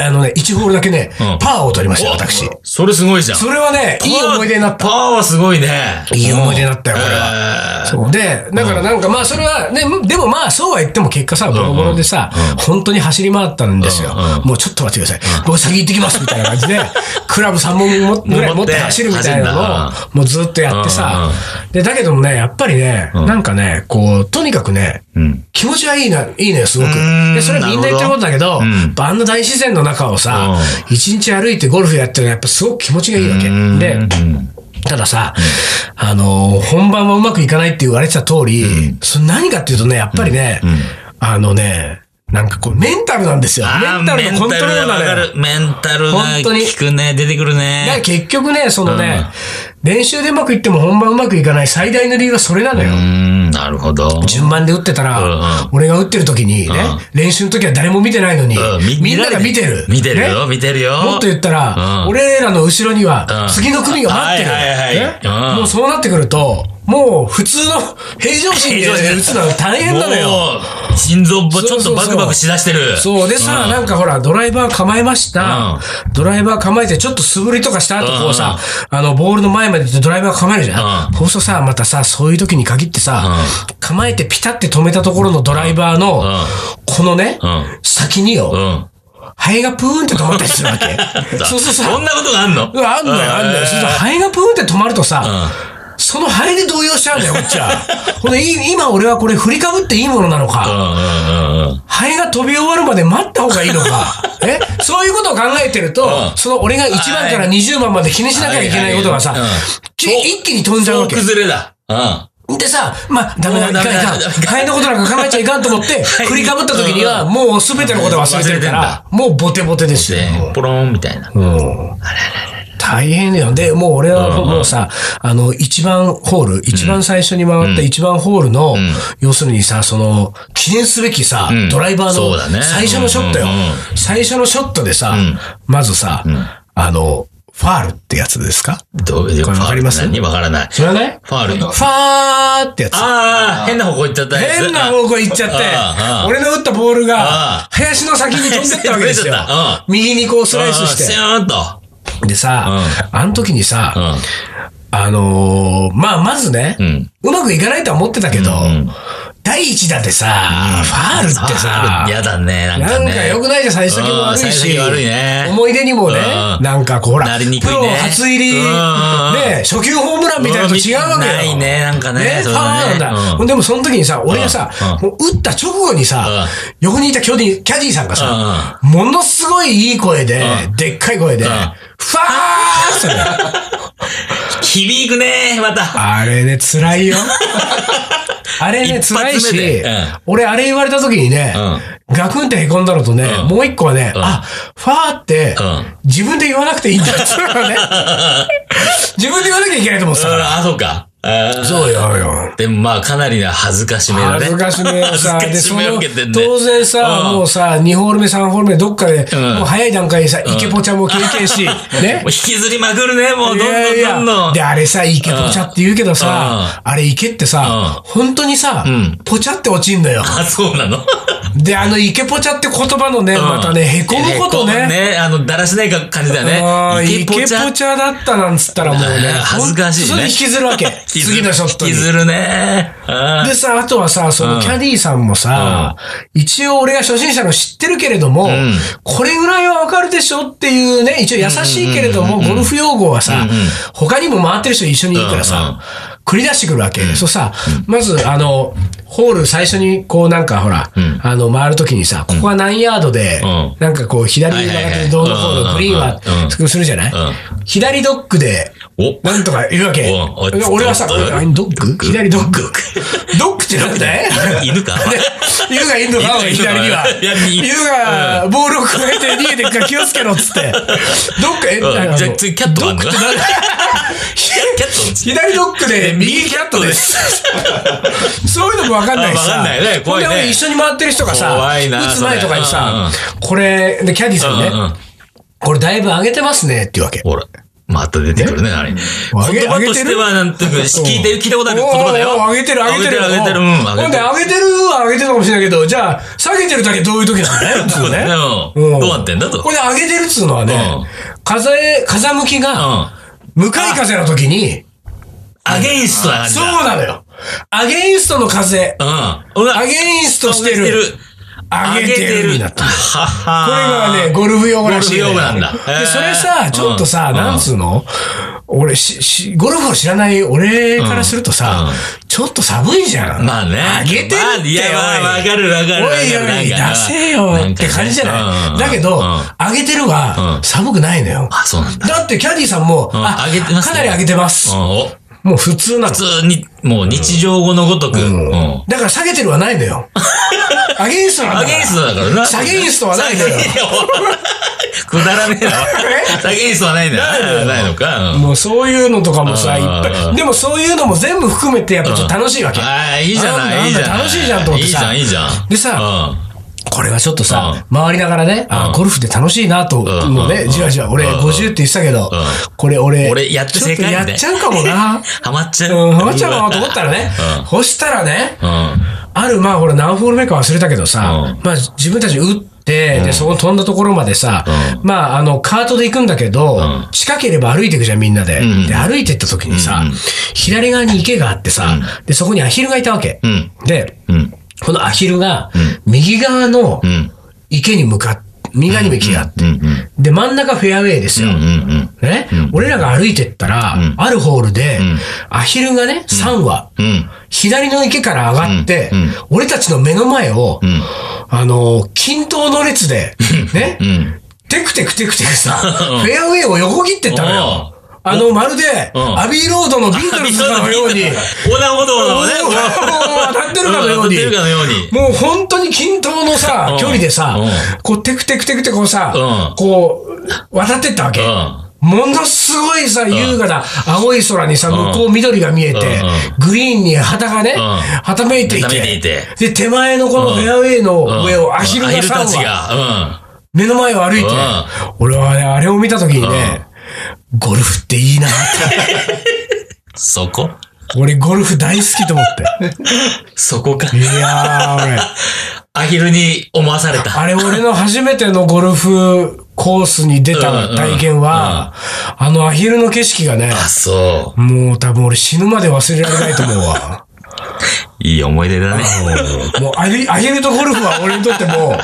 Speaker 1: あのね、1ホールだけね、
Speaker 2: うん
Speaker 1: パーを取りましたよ、私。
Speaker 2: おそれすごいじゃん。
Speaker 1: それはね、いい思い出になった。
Speaker 2: パワーはすごいね。
Speaker 1: いい思い出になったよこれ
Speaker 2: は。
Speaker 1: そうで、だからなんかまあそれはね、でもまあそうは言っても結果さ、ボロボロでさ、本当に走り回ったんですよ
Speaker 2: うんう。
Speaker 1: もうちょっと待ってください。僕先行ってきますみたいな感じ で、クラブ3本もぐらい持って走るみたいなのを
Speaker 2: 走、
Speaker 1: もうずっとやってさ。で、だけどもね、やっぱりね、なんかね、こう、とにかくね、
Speaker 2: うん。
Speaker 1: 気持ちはいいな、いいのよ、すごく
Speaker 2: ーん。
Speaker 1: で、それはみんな言ってることだけど、
Speaker 2: なるほどうん
Speaker 1: あんな大自然の中をさ
Speaker 2: う、
Speaker 1: 一日歩いてゴルフやってるのはやっぱすごく気持ちがいいわけ
Speaker 2: う。ん
Speaker 1: で、たださ、あのー、本番はうまくいかないって言われてた通り、それ何かっていうとね、やっぱりね、あのね、なんかこう、メンタルなんですよ。メンタルのコントロールなのよ。
Speaker 2: メンタルが
Speaker 1: 本当に
Speaker 2: 効くね、出てくる
Speaker 1: だから
Speaker 2: ね。
Speaker 1: 結局ね、そのね、練習でうまくいっても本番うまくいかない最大の理由はそれなのよ。
Speaker 2: うん、なるほど。
Speaker 1: 順番で打ってたら、
Speaker 2: うんうん
Speaker 1: 俺が打ってる時にね、練習の時は誰も見てないのに、
Speaker 2: うんみ
Speaker 1: みんなが見てる。
Speaker 2: 見てる
Speaker 1: ね
Speaker 2: よ、見てるよ。
Speaker 1: もっと言ったら、
Speaker 2: うん
Speaker 1: 俺らの後ろには、
Speaker 2: うん
Speaker 1: 次の組が待ってる。
Speaker 2: はいはいはい
Speaker 1: ね
Speaker 2: うん
Speaker 1: もうそうなってくると、もう普通の平常心で
Speaker 2: 平常心
Speaker 1: 打つのは大変なのよ。
Speaker 2: もう、心臓ぼちょっとバクバクしだしてる。
Speaker 1: そうでさ、
Speaker 2: うん
Speaker 1: なんかほら、ドライバー構えました。ドライバー構えて、ちょっと素振りとかした後、こうさ、あの、ボールの前まで行ってドライバー構えるじゃ
Speaker 2: うん
Speaker 1: ん。そうするとさ、またさ、そういう時に限ってさ、構えてピタって止めたところのドライバーの
Speaker 2: うん、
Speaker 1: このね
Speaker 2: うん、
Speaker 1: 先に
Speaker 2: う
Speaker 1: よ、
Speaker 2: ん。。
Speaker 1: ハエがプーンって止まったりするわけ そうそうさ、
Speaker 2: そんなことがあんの
Speaker 1: うわあんのよ、あんのよ。そしたらハエがプーンって止まるとさ、そのハエで動揺しちゃうんだよ、こっ ちは。ほんで、い今俺はこれ振りかぶっていいものなの
Speaker 2: う
Speaker 1: か、
Speaker 2: んうんうんうん。
Speaker 1: ハエが飛び終わるまで待った方がいいの か、えそういうことを考えてる
Speaker 2: う
Speaker 1: と
Speaker 2: ん、
Speaker 1: その俺が1番から20番まで気にしなきゃいけないことがさ
Speaker 2: はいはいはいうん、
Speaker 1: ち一気に飛んじゃう
Speaker 2: そ
Speaker 1: わ
Speaker 2: う
Speaker 1: け。
Speaker 2: 崩れだ。うん。
Speaker 1: でさ、まあ、ダメだ、
Speaker 2: もう
Speaker 1: いかんい
Speaker 2: ダ
Speaker 1: か
Speaker 2: メ
Speaker 1: ん
Speaker 2: だ。
Speaker 1: 大変なことなんか考えちゃいかんと思って、振りかぶった時には、もう全てのこと忘れてるから、もうボテボテですよ。もう
Speaker 2: で、ポロンみたいな。
Speaker 1: うん大変だよ。で、もう俺は
Speaker 2: うんうん
Speaker 1: もうさ、あの、一番ホール、一番最初に回った一番ホールの、要するにさ、その、記念すべきさ、
Speaker 2: ん
Speaker 1: ドライバー
Speaker 2: そう
Speaker 1: の
Speaker 2: だね
Speaker 1: 最初のショットよ
Speaker 2: うんうん。
Speaker 1: 最初のショットでさ、まずさ、あの、ファールってやつですか
Speaker 2: どういう
Speaker 1: これわかります
Speaker 2: ファウルって何わからない。
Speaker 1: 知らない
Speaker 2: ファールの
Speaker 1: ファーってやつ。
Speaker 2: ああ、変な方向行っちゃったやつ。
Speaker 1: 変な方向行っちゃって
Speaker 2: ああ、
Speaker 1: 俺の打ったボール
Speaker 2: ああ
Speaker 1: が、林の先に飛んでったわけですよ
Speaker 2: 飛んでっちゃった。
Speaker 1: 右にこうスライスして
Speaker 2: ス。ーンと。
Speaker 1: でさ、あの時にさ、
Speaker 2: うん。
Speaker 1: あのーまあ、まずね、
Speaker 2: うん
Speaker 1: うまくいかないとは思ってたけど、
Speaker 2: うんうん
Speaker 1: だ第一打でさ、ファールってさ、
Speaker 2: やだね、なん
Speaker 1: な
Speaker 2: か
Speaker 1: ん
Speaker 2: ね。
Speaker 1: か良くないじゃん、最初にも悪
Speaker 2: うん
Speaker 1: い
Speaker 2: 幸
Speaker 1: し。
Speaker 2: 先悪いね
Speaker 1: 思い出にもね、
Speaker 2: うん
Speaker 1: なんかこうほら、
Speaker 2: なりにくい
Speaker 1: プ
Speaker 2: ね
Speaker 1: ロ初入り、
Speaker 2: うん
Speaker 1: ね、初級ホームランみたいなのと違うわけよ。
Speaker 2: ないね、なんかね。
Speaker 1: ね、
Speaker 2: そ
Speaker 1: ファ
Speaker 2: う
Speaker 1: ーな
Speaker 2: だ
Speaker 1: ん
Speaker 2: ね
Speaker 1: だ。
Speaker 2: うん
Speaker 1: でもその時にさ、俺がさ、
Speaker 2: うん
Speaker 1: もう打った直後にさ、横にいたキャディキャディーさんがさ、ものすごいいい声で、
Speaker 2: うん
Speaker 1: でっかい声で、
Speaker 2: うん
Speaker 1: ファーって。
Speaker 2: 響くね、また。
Speaker 1: あれね、辛 いよ。あれね、
Speaker 2: 一
Speaker 1: 辛
Speaker 2: 発目
Speaker 1: いし
Speaker 2: でうん、
Speaker 1: 俺あれ言われた時にね、ガクンって凹んだのとね、
Speaker 2: うん
Speaker 1: もう一個はね、
Speaker 2: うん
Speaker 1: あ、ファーって
Speaker 2: うん、
Speaker 1: 自分で言わなくていいんだっていうの がね、自分で言わなきゃいけないと思ってたから。
Speaker 2: あ、そうか。あー
Speaker 1: そうよよ。
Speaker 2: でもまあ、かなりな恥ずかしめだね。
Speaker 1: 恥ずかしめをさ、
Speaker 2: 恥
Speaker 1: で、
Speaker 2: ず
Speaker 1: そ
Speaker 2: かし
Speaker 1: の
Speaker 2: めを受けてん、ね。
Speaker 1: 当然さ、
Speaker 2: うん
Speaker 1: もうさ、2ホール目、3ホール目、どっかで、
Speaker 2: うん
Speaker 1: もう早い段階でさ、イケポちゃんも経験 し、ね
Speaker 2: もう。引きずりまくるね、もう、どんどんどんどん。
Speaker 1: で、あれさ、イケポチャって言うけどさ、あれイケってさ、本当にさ
Speaker 2: ん、
Speaker 1: ポチャって落ちんのよ。
Speaker 2: あ、そうなの
Speaker 1: で、あのイケポチャって言葉のね、
Speaker 2: うん
Speaker 1: またね、へこむこと
Speaker 2: へこむ
Speaker 1: ね。
Speaker 2: ね、あの、だらしない感じだ
Speaker 1: あ
Speaker 2: よ
Speaker 1: ー
Speaker 2: ね。
Speaker 1: イケポチ
Speaker 2: ゃ
Speaker 1: ャだったなんつったらもうね、
Speaker 2: 恥ずかしいね
Speaker 1: それで引きずるわけ。
Speaker 2: 引きず
Speaker 1: 次
Speaker 2: る
Speaker 1: のショットに
Speaker 2: 引き。ずるね。うん
Speaker 1: でさ、あとはさ、そのキャディーさんもさ、一応俺が初心者の知ってるけれども、
Speaker 2: ん
Speaker 1: これぐらいはわかるでしょっていうね、一応優しいけれども、ゴルフ用語はさ、他にも回ってる人一緒にいるからさ、繰り出してくるわけ。そうさ、まずあの、ホール最初にこうなんかほら、あの回るときにさ、ここは何ヤードで、
Speaker 2: うん
Speaker 1: なんかこう左に曲がってどうのこうのグリーンは
Speaker 2: うんうん
Speaker 1: するじゃない、
Speaker 2: う
Speaker 1: 左ドッグで、
Speaker 2: お
Speaker 1: なんとか言うわけ。
Speaker 2: おお
Speaker 1: で俺はさ、
Speaker 2: ちょっと
Speaker 1: 何ドッグ左ドッグドッグってなんだい
Speaker 2: 犬か
Speaker 1: で犬がいるのか
Speaker 2: 犬がい
Speaker 1: 左
Speaker 2: るのか
Speaker 1: にはい
Speaker 2: やいい
Speaker 1: 犬がボールをくわえて逃げてっから気をつけろっつって。ドッグ、え、
Speaker 2: うん
Speaker 1: あの
Speaker 2: じゃあ次キャットがあんの
Speaker 1: ドッグってなんだ
Speaker 2: キャット の
Speaker 1: 左ドッグで右キャットです。そういうのもわかんないしさ。
Speaker 2: わかんないね怖いね
Speaker 1: ほんで俺一緒に回ってる人がさ、
Speaker 2: 怖いな
Speaker 1: 打つ前とかにさ、これ、で、キャディさん
Speaker 2: うんうん
Speaker 1: ね、これだいぶ上げてますねって言うわけ。
Speaker 2: ほら。また出てくるね、あれ。言
Speaker 1: あげ
Speaker 2: 葉としては、なんていうか、聞いてる、聞いたことある言葉だ
Speaker 1: お
Speaker 2: よ。
Speaker 1: ーおー上げてる、上げてる。
Speaker 2: 上げてる、上げてる。うん、上げてる
Speaker 1: ほんで、上げてるは上げてるかもしれないけど、じゃあ、下げてるだけどういう時なんだよ、
Speaker 2: そうだね
Speaker 1: つうね
Speaker 2: うんどうなってんだと
Speaker 1: これ上げてるっつうのはね
Speaker 2: うん、
Speaker 1: 風、風向きが、向かい風の時に、
Speaker 2: アゲインストな感じ
Speaker 1: そう
Speaker 2: だ。
Speaker 1: なのよ。アゲインストの風、
Speaker 2: うん。うわ
Speaker 1: アゲインストして
Speaker 2: 上げ
Speaker 1: る、上げてるになった。
Speaker 2: は
Speaker 1: これ
Speaker 2: は
Speaker 1: がね、ゴルフ用語らしいね、
Speaker 2: ゴルフ用語なんだ
Speaker 1: で、それ
Speaker 2: へ
Speaker 1: さ、
Speaker 2: ー
Speaker 1: ちょっとさ、
Speaker 2: うん
Speaker 1: なんつうの俺し、し、ゴルフを知らない俺からするとさ、ちょっと寒いじゃん。
Speaker 2: まあね。
Speaker 1: あげてるって
Speaker 2: まあいや、まあ
Speaker 1: おい
Speaker 2: わかるわかるわかる。
Speaker 1: おいおい、出
Speaker 2: なんか
Speaker 1: せよって感じじゃ
Speaker 2: う
Speaker 1: なん
Speaker 2: んう
Speaker 1: いだけど、
Speaker 2: うん
Speaker 1: あげてるは
Speaker 2: うん
Speaker 1: 寒くないのよ。
Speaker 2: あ、そうなんだ。
Speaker 1: だってキャディさんも、
Speaker 2: ん
Speaker 1: あ
Speaker 2: あげてます
Speaker 1: か
Speaker 2: ね
Speaker 1: なり上げてま
Speaker 2: う
Speaker 1: す。
Speaker 2: んお
Speaker 1: もう普通なの。
Speaker 2: 普通に、もう日常語のごとく。うん
Speaker 1: だから下げてるはないの よ。アゲインストなんだ
Speaker 2: ア
Speaker 1: から。
Speaker 2: ゲインストだからな。
Speaker 1: 下げインストはないのよ。
Speaker 2: くだらねえな。下げインストはないんだ。ないのか。うん
Speaker 1: もうそういうのとかもさ、い
Speaker 2: うん
Speaker 1: っぱい。でもそういうのも全部含めてやっぱちょっと楽しいわけ。
Speaker 2: ああ、いいじゃ
Speaker 1: なんだ
Speaker 2: ない。いいじゃ
Speaker 1: なん
Speaker 2: な
Speaker 1: だ楽しいじゃんと思ってさ
Speaker 2: いいじゃん、いいじゃん。
Speaker 1: でさ
Speaker 2: うん、
Speaker 1: これはちょっとさ、回りながらね、あゴルフって楽しいなと、
Speaker 2: ん
Speaker 1: もうね
Speaker 2: う、ん
Speaker 1: じわじわ、俺
Speaker 2: うん
Speaker 1: 50って言ってたけど
Speaker 2: う、
Speaker 1: これ俺、
Speaker 2: 俺やって正解み
Speaker 1: ちょ
Speaker 2: た
Speaker 1: っと
Speaker 2: いな
Speaker 1: やっちゃうかもな。
Speaker 2: ハマっちゃ
Speaker 1: う
Speaker 2: う。
Speaker 1: ん、ハマっちゃうかなと思ったらね、そしたらね、
Speaker 2: うん。うん。
Speaker 1: ある、まあほら何ホール目か忘れたけどさ、
Speaker 2: う
Speaker 1: まあ自分たち打って、で、そこ飛んだところまでさ、まああの、カートで行くんだけど、近ければ歩いていくじゃんみんなで。
Speaker 2: ん
Speaker 1: で、歩いてった時にさ、左側に池があってさ、で、そこにアヒルがいたわけ。
Speaker 2: うん
Speaker 1: で、
Speaker 2: うん。
Speaker 1: このアヒルが、右側の
Speaker 2: うん。
Speaker 1: 池に向かって、右側にも池があって、
Speaker 2: うん。うん。
Speaker 1: で、真ん中フェアウェイですよ。
Speaker 2: うん。うん。
Speaker 1: ね、俺らが歩いてったら、あるホールで、アヒルがね、3羽、
Speaker 2: うん。
Speaker 1: 左の池から上がって、
Speaker 2: うんうん
Speaker 1: 俺たちの目の前を、
Speaker 2: ん
Speaker 1: あの、均等の列で、ね、
Speaker 2: うん。
Speaker 1: テクテクテクテクさ、フェアウェイを横切ってったのよ。あの、まるで、
Speaker 2: ん
Speaker 1: アビーロードのビートルズのように、
Speaker 2: 横断歩道のね。
Speaker 1: 横断歩道を渡ってるかのように
Speaker 2: 渡ってるかのように。
Speaker 1: もう本当に均等のさ
Speaker 2: う、ん
Speaker 1: 距離でさ
Speaker 2: う、
Speaker 1: こう、テクテクテクテクこうさ
Speaker 2: う、ん
Speaker 1: こう、渡ってったわけ
Speaker 2: うん。
Speaker 1: ものすごいさ、優雅な青い空にさ、
Speaker 2: ん
Speaker 1: 向こう緑が見えて、グリーンに旗がね、
Speaker 2: ん
Speaker 1: はためいてい
Speaker 2: はためいて
Speaker 1: て
Speaker 2: いて、
Speaker 1: で、手前のこのフェアウェイの上をアヒルが
Speaker 2: アヒル
Speaker 1: さ
Speaker 2: た
Speaker 1: ん
Speaker 2: ち
Speaker 1: は
Speaker 2: が。
Speaker 1: 目の前を歩いて
Speaker 2: うん、
Speaker 1: 俺はね、あれを見た時にね、ゴルフっていいな って。
Speaker 2: うん。そこ
Speaker 1: 俺ゴルフ大好きと思って。
Speaker 2: そこか。
Speaker 1: いやー、俺。
Speaker 2: アヒルに思わされた。
Speaker 1: あれ、俺の初めてのゴルフコースに出た体験は、あのアヒルの景色がね、
Speaker 2: あ、そ
Speaker 1: もう多分俺死ぬまで忘れられないと思うわ。
Speaker 2: う。いいい思い出だね。
Speaker 1: もうアヒ、アヒルとゴルフは俺にと ってもう、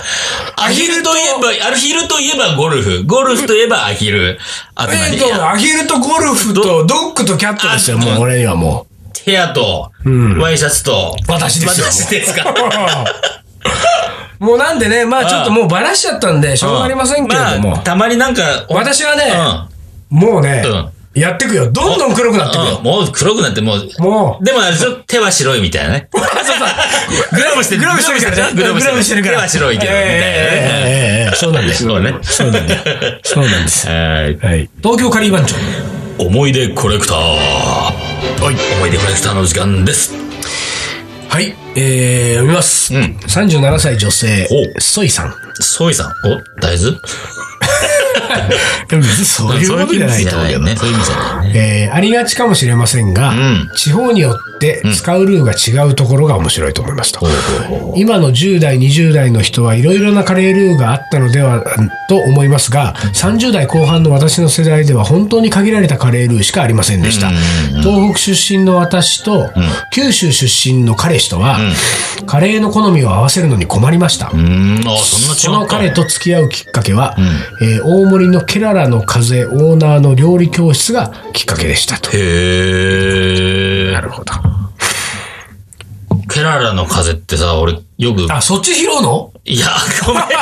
Speaker 2: アヒルといえば、アヒルといえばゴルフ。ゴルフといえばアヒル。あと
Speaker 1: え
Speaker 2: 何
Speaker 1: っと、アヒルとゴルフとドッグとキャットですよ、
Speaker 2: あ
Speaker 1: もう俺にはも
Speaker 2: ヘアと、
Speaker 1: ん
Speaker 2: ワイシャツと、
Speaker 1: 私ですよ
Speaker 2: 私で すか。
Speaker 1: う。もうなんでね、まあちょっともうバラしちゃったんで、しょうがありませんけれども
Speaker 2: まあ、たまになんか、お
Speaker 1: 私はね、
Speaker 2: う
Speaker 1: もうね、
Speaker 2: う
Speaker 1: やってくよ。どんどん黒くなってく
Speaker 2: ん。う
Speaker 1: よ。
Speaker 2: ん。もう黒くなって、もう。
Speaker 1: も う
Speaker 2: でもあれ、ちょっと手は白いみたいなね。グラブして る。
Speaker 1: グラブしてるからね
Speaker 2: グラブ
Speaker 1: グラブしてるから
Speaker 2: 手は白いけど、みたいなね。
Speaker 1: ええええええええそうなんです。
Speaker 2: そうね。
Speaker 1: そうなんだよ。そうなんです。
Speaker 2: はい
Speaker 1: はい。東京カリー番長。
Speaker 2: 思い出コレクター。はい。思い出コレクターの時間です。
Speaker 1: はい。えー、読みます。
Speaker 2: うん
Speaker 1: 37歳女性
Speaker 2: お、
Speaker 1: ソイさん。
Speaker 2: ソイさん。お、大豆
Speaker 1: でも別にそういうことじゃないと思うけど。
Speaker 2: ね。そういう意味じゃないね。
Speaker 1: えーありがちかもしれませんが、
Speaker 2: うん
Speaker 1: 地方によって使うルーが違うところが面白いと思いました。
Speaker 2: ほうほうほう。
Speaker 1: 今の10代、20代の人はいろいろなカレールーがあったのではと思いますが、30代後半の私の世代では本当に限られたカレールーしかありませんでした。東北出身の私と、九州出身の彼氏とは、カレーの好みを合わせるのに困りました。
Speaker 2: うーん、あ、そ
Speaker 1: そ
Speaker 2: んな違
Speaker 1: の
Speaker 2: うか。
Speaker 1: 彼と付き合うきっかけは、えー大森のケララの風オーナーの料理教室がきっかけでしたと。
Speaker 2: へ
Speaker 1: な
Speaker 2: ー。
Speaker 1: るほど。
Speaker 2: ケララの風ってさ、俺、よく
Speaker 1: あ、そっち拾うの
Speaker 2: いや、ごめん。ご
Speaker 1: は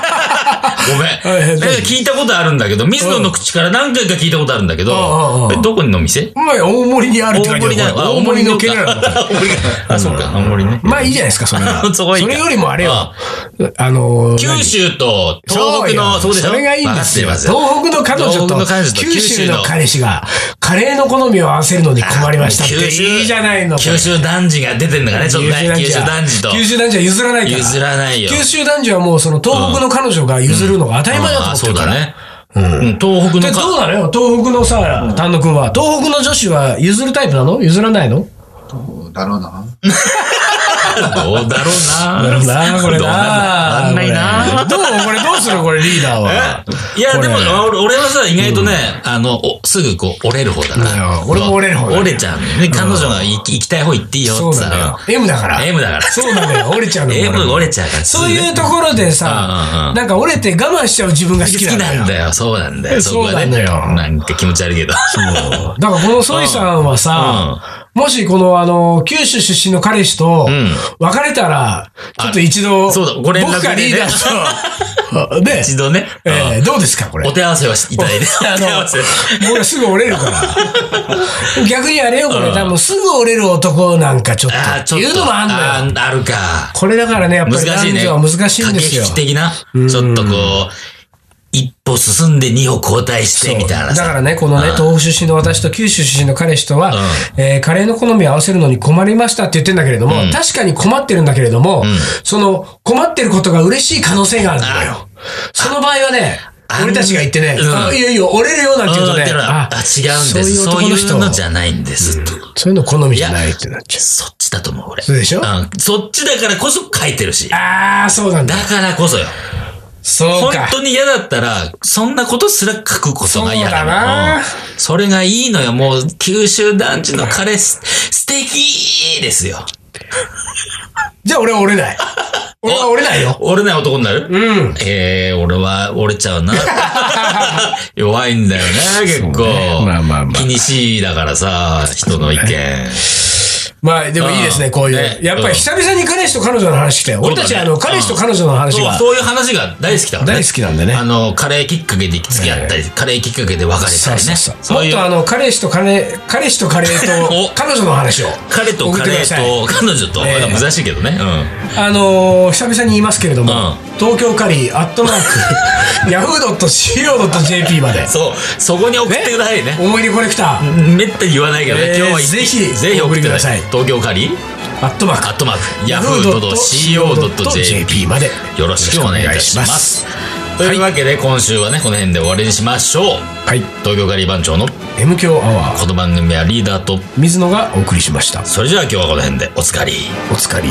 Speaker 1: いは
Speaker 2: め
Speaker 1: い
Speaker 2: ん。なんか聞いたことあるんだけど、水野の口から何回か聞いたことあるんだけ
Speaker 1: うんうん
Speaker 2: ど
Speaker 1: うん、
Speaker 2: えどこの店
Speaker 1: まあ、大森にあるって
Speaker 2: 大
Speaker 1: 感じ
Speaker 2: 森だ。あ
Speaker 1: 大森のケララの風。
Speaker 2: か大森かあ、そうか、大森ね。
Speaker 1: まあいいじゃないですか、それは。
Speaker 2: そこはいいか
Speaker 1: れよりもあれよ。
Speaker 2: あ
Speaker 1: あのー、
Speaker 2: 九州と
Speaker 1: 何
Speaker 2: 東北の、
Speaker 1: そうよ
Speaker 2: うでしょ
Speaker 1: それがいいんですよ。
Speaker 2: わかってます
Speaker 1: 東北の彼女と
Speaker 2: 東北の彼女と
Speaker 1: 九州の
Speaker 2: 九州の
Speaker 1: 彼氏がカレーの好みを合わせるのに困りましたって。
Speaker 2: 九州
Speaker 1: いいじゃないの。
Speaker 2: 九州男児が出てんだからね、ちょっとね九州男児と。
Speaker 1: 九州男児は譲らないから。
Speaker 2: 譲らないよ。
Speaker 1: 九州男児はもうその東北の彼女が譲るのが当たり前だと思
Speaker 2: あ
Speaker 1: って
Speaker 2: そう
Speaker 1: るか
Speaker 2: だ
Speaker 1: ら。
Speaker 2: ね。うん東北
Speaker 1: で、ど
Speaker 2: のか
Speaker 1: うなのよ東北のさ、丹野くんは。東北の女子は譲るタイプなの譲らないの
Speaker 3: だろうな。
Speaker 2: どうだろう
Speaker 1: な
Speaker 2: な。
Speaker 1: るほ どな、これ
Speaker 2: どう
Speaker 1: な。
Speaker 2: なんだろうわかんないな。
Speaker 1: これどうこれどうするこれリーダーは。
Speaker 2: いや、
Speaker 1: これ
Speaker 2: でも、俺俺はさ、意外とね、あの、おすぐこう、折れる方だか
Speaker 1: う
Speaker 2: ら。
Speaker 1: ん俺も折れる方だよ
Speaker 2: 折れちゃうのよね。彼女が行き行きたい方行っていいよって
Speaker 1: そ
Speaker 2: 言
Speaker 1: う
Speaker 2: った
Speaker 1: なのよ
Speaker 2: ら。。
Speaker 1: M だから。
Speaker 2: M だから。
Speaker 1: そうなの よ。折れちゃうのよ。
Speaker 2: M
Speaker 1: 俺も
Speaker 2: が折れちゃうから。
Speaker 1: そういうと
Speaker 2: こ
Speaker 1: ころでさ、
Speaker 2: うんうんうん
Speaker 1: なんか折れて我慢しちゃう自分が好
Speaker 2: 好
Speaker 1: き
Speaker 2: き
Speaker 1: なの
Speaker 2: なん
Speaker 1: よ。
Speaker 2: だよ。そうなんだよ。
Speaker 1: そう
Speaker 2: こはね
Speaker 1: そうなのよ
Speaker 2: なんか気持ち悪いけど。
Speaker 1: だからこのソイさんはさ、もしこのあの、九州出身の彼氏と
Speaker 2: ん
Speaker 1: 別れたら、ちょっと一度、
Speaker 2: そうだご連絡でね
Speaker 1: 僕がリーダー と、で、
Speaker 2: 一度ね。
Speaker 1: えーどうですかこれ。
Speaker 2: お手合わせはしいただいて。
Speaker 1: あ
Speaker 2: お手合わせ。
Speaker 1: の、もうすぐ折れる から。逆にあれよ、これ、
Speaker 2: うん
Speaker 1: 多分すぐ折れる男なんかちょっ
Speaker 2: あーち
Speaker 1: と、
Speaker 2: ょっと。
Speaker 1: 言うのもあんのよ。
Speaker 2: あーあるか。
Speaker 1: これだからね、やっぱり
Speaker 2: 難しい
Speaker 1: 男
Speaker 2: ね。
Speaker 1: 女は難しいんですよ。
Speaker 2: 駆け引き的な。ちょっとこう、一歩進んで二歩後退してみたいな
Speaker 1: だ
Speaker 2: さ。
Speaker 1: からね、このね、東北出身の私と九州出身の彼氏とは、
Speaker 2: う
Speaker 1: えーカレーの好みを合わせるのに困りましたって言ってんだけれども、確かに困ってるんだけれども、その困ってることが嬉しい可能性があるんだよ。その場合はね、
Speaker 2: あ
Speaker 1: 俺たちが言ってね、
Speaker 2: うん
Speaker 1: あいやいや、折れるよなんて言うと
Speaker 2: あ
Speaker 1: ね、
Speaker 2: あ違うんです。
Speaker 1: そ
Speaker 2: そうう
Speaker 1: い
Speaker 2: いうう
Speaker 1: 男の
Speaker 2: の
Speaker 1: 人
Speaker 2: じ、ゃないんです。と
Speaker 1: そういうの好みじゃないってなっちゃ
Speaker 2: そっちだと思う、俺。
Speaker 1: そうでしょ
Speaker 2: うんそっちだからこそ書いてる
Speaker 1: う。
Speaker 2: し。だ
Speaker 1: ああ、そうなんだ。
Speaker 2: からこそよ。
Speaker 1: そ
Speaker 2: 本
Speaker 1: うか。
Speaker 2: 当に嫌だったら、そんなことすら書くことが嫌だ
Speaker 1: そうだな
Speaker 2: な。うんそれがいいのよ。もう、九州団地の彼氏、素敵ですよ。
Speaker 1: じゃあ俺は折れ ない。俺は折れないよ。
Speaker 2: 折れない男になる
Speaker 1: うん。
Speaker 2: ええ俺は折れち ゃうな。弱いんだよね、結構。
Speaker 1: ねまあまあまあ
Speaker 2: 気にしいだからさ、人の意見。
Speaker 1: まあ、でもいいですね、
Speaker 2: うん
Speaker 1: こう
Speaker 2: ね
Speaker 1: いう。やっぱり久々に彼氏と彼女の話来て、俺たちあの、
Speaker 2: そうだね
Speaker 1: 彼氏と彼女の話
Speaker 2: そう、
Speaker 1: が。
Speaker 2: そういう話が大好きだからね。
Speaker 1: 大好きなんでね
Speaker 2: あの、カレーきっかけで付き合ったり、カレーきっかけで別れ
Speaker 1: そ
Speaker 2: た
Speaker 1: う
Speaker 2: り
Speaker 1: そ
Speaker 2: ね。
Speaker 1: うそう
Speaker 2: そう
Speaker 1: も
Speaker 2: い
Speaker 1: っ
Speaker 2: う
Speaker 1: とあの、彼氏と彼、彼氏と彼と
Speaker 2: お
Speaker 1: 彼女の話を。
Speaker 2: 彼とカレーと彼女と、
Speaker 1: ええ
Speaker 2: なんか難しいけどね。
Speaker 1: あのー、久々に言いますけれども、
Speaker 2: う
Speaker 1: 東京カリー、アットマ ーク、ヤフー .co.jp まで
Speaker 2: うん。。そう、そこに送ってくださいね。
Speaker 1: 思い出コレクター、
Speaker 2: めったに言わないけどね、
Speaker 1: ええ
Speaker 2: 今日は
Speaker 1: ぜひ
Speaker 2: ぜひ送ってください。
Speaker 1: 送
Speaker 2: 東京カリー
Speaker 1: アットマー
Speaker 2: ア
Speaker 1: ク、
Speaker 2: ットマーク、ヤフー .co.jp
Speaker 1: まで。
Speaker 2: よろしくお願いいたします。。というわけで、今週はね、この辺で終わりにしましょう。
Speaker 1: はい。
Speaker 2: 東京カリー番長の
Speaker 1: M 強アワ
Speaker 2: この番組はリーダーと、
Speaker 1: ー、水野がお送りしました。
Speaker 2: それじゃあ今日はこの辺でおつかり。
Speaker 1: お疲れ。